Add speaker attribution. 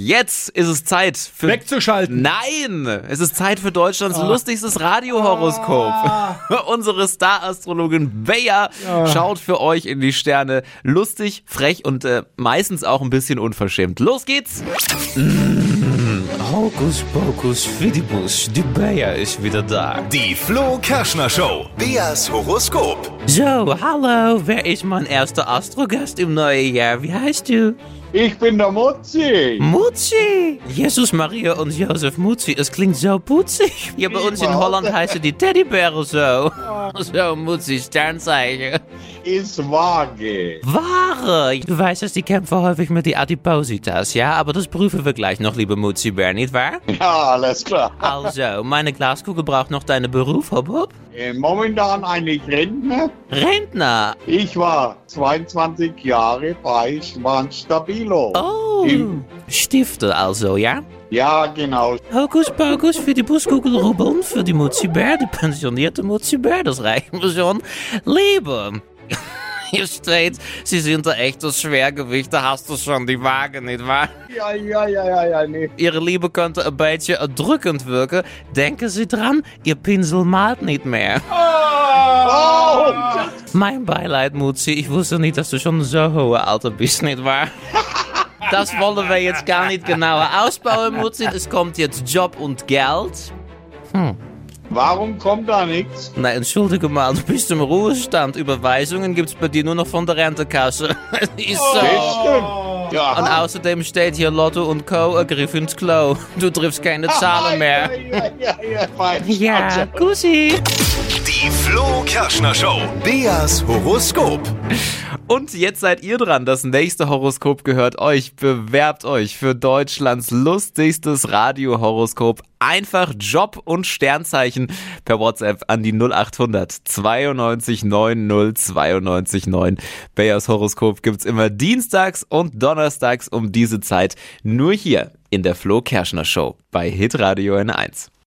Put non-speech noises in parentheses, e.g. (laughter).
Speaker 1: Jetzt ist es Zeit für.
Speaker 2: Wegzuschalten.
Speaker 1: Nein! Es ist Zeit für Deutschlands lustigstes Radiohoroskop. (laughs) Unsere Star-Astrologin Bea schaut für euch in die Sterne. Lustig, frech und äh, meistens auch ein bisschen unverschämt. Los geht's!
Speaker 3: Mm. Hokus Pokus Fidibus, die Bayer ist wieder da.
Speaker 4: Die Flo Kerschner Show. Beas Horoskop.
Speaker 3: So, hallo, wer ist mein erster Astrogast im neuen Jahr? Wie heißt du?
Speaker 5: Ich bin der Mutzi.
Speaker 3: Mutzi! Jesus, Maria und Josef Mutzi, es klingt so putzig. Hier bei uns in Holland heißen die Teddybären so. (laughs) So, Mutzi, Sternzeichen.
Speaker 5: Ist vage.
Speaker 3: Ware! Du weißt, dass die kämpfen häufig mit die Adipositas, ja? Aber das prüfen wir gleich noch, liebe Mutzi Bär, nicht wahr?
Speaker 5: Ja, alles klar.
Speaker 3: Also, meine Glaskugel braucht noch deinen Beruf, hopp hopp.
Speaker 5: Äh, Momentan eigentlich Rentner.
Speaker 3: Rentner!
Speaker 5: Ich war 22 Jahre bei Schwan Stabilo.
Speaker 3: Oh,
Speaker 5: Im-
Speaker 3: Stifte also, ja?
Speaker 5: Ja, genau.
Speaker 3: Hokus pokus für die Buskugel rubbeln, für die Mutsi Bär, die pensionierte Mutsi Bär, das (laughs) reichen wir schon. (laughs) Liebe! Hier steht, sie sind ein echtes Schwergewicht, da hast du schon die Waage, nicht wahr?
Speaker 5: Ja, ja, ja, ja, ja, nee.
Speaker 3: Ihre Liebe könnte ein beetje erdrückend wirken. Denken Sie dran, Ihr Pinsel malt nicht mehr.
Speaker 5: Oh,
Speaker 3: Mein Beileid, Mutsi, ich wusste nicht, dass du schon so hohe Alter bist, nicht wahr? (laughs) Das wollen wir jetzt gar nicht genauer dus ausbauen, Mutsi. Es kommt jetzt Job und Geld.
Speaker 5: warum kommt da nichts?
Speaker 3: Na, entschuldige mal, bis zum Ruhestand. Überweisungen gibt's bei dir nur noch von der Rentekasse. (laughs) Ist so.
Speaker 5: Bestimmt.
Speaker 3: Und
Speaker 5: Ja.
Speaker 3: außerdem steht hier Lotto und Co. ein Griff ins Klo. Du triffst keine
Speaker 5: Ah,
Speaker 3: Zahlen mehr.
Speaker 5: Ja, ja, ja, ja.
Speaker 3: Ja, Kussi.
Speaker 4: Die Flo Kerschner Show. Beas Horoskop.
Speaker 1: Und jetzt seid ihr dran. Das nächste Horoskop gehört euch. Bewerbt euch für Deutschlands lustigstes Radiohoroskop. Einfach Job und Sternzeichen per WhatsApp an die 0800 92 90 92 9. Bayers Horoskop gibt's immer dienstags und donnerstags um diese Zeit. Nur hier in der Flo Kerschner Show bei Hitradio N1.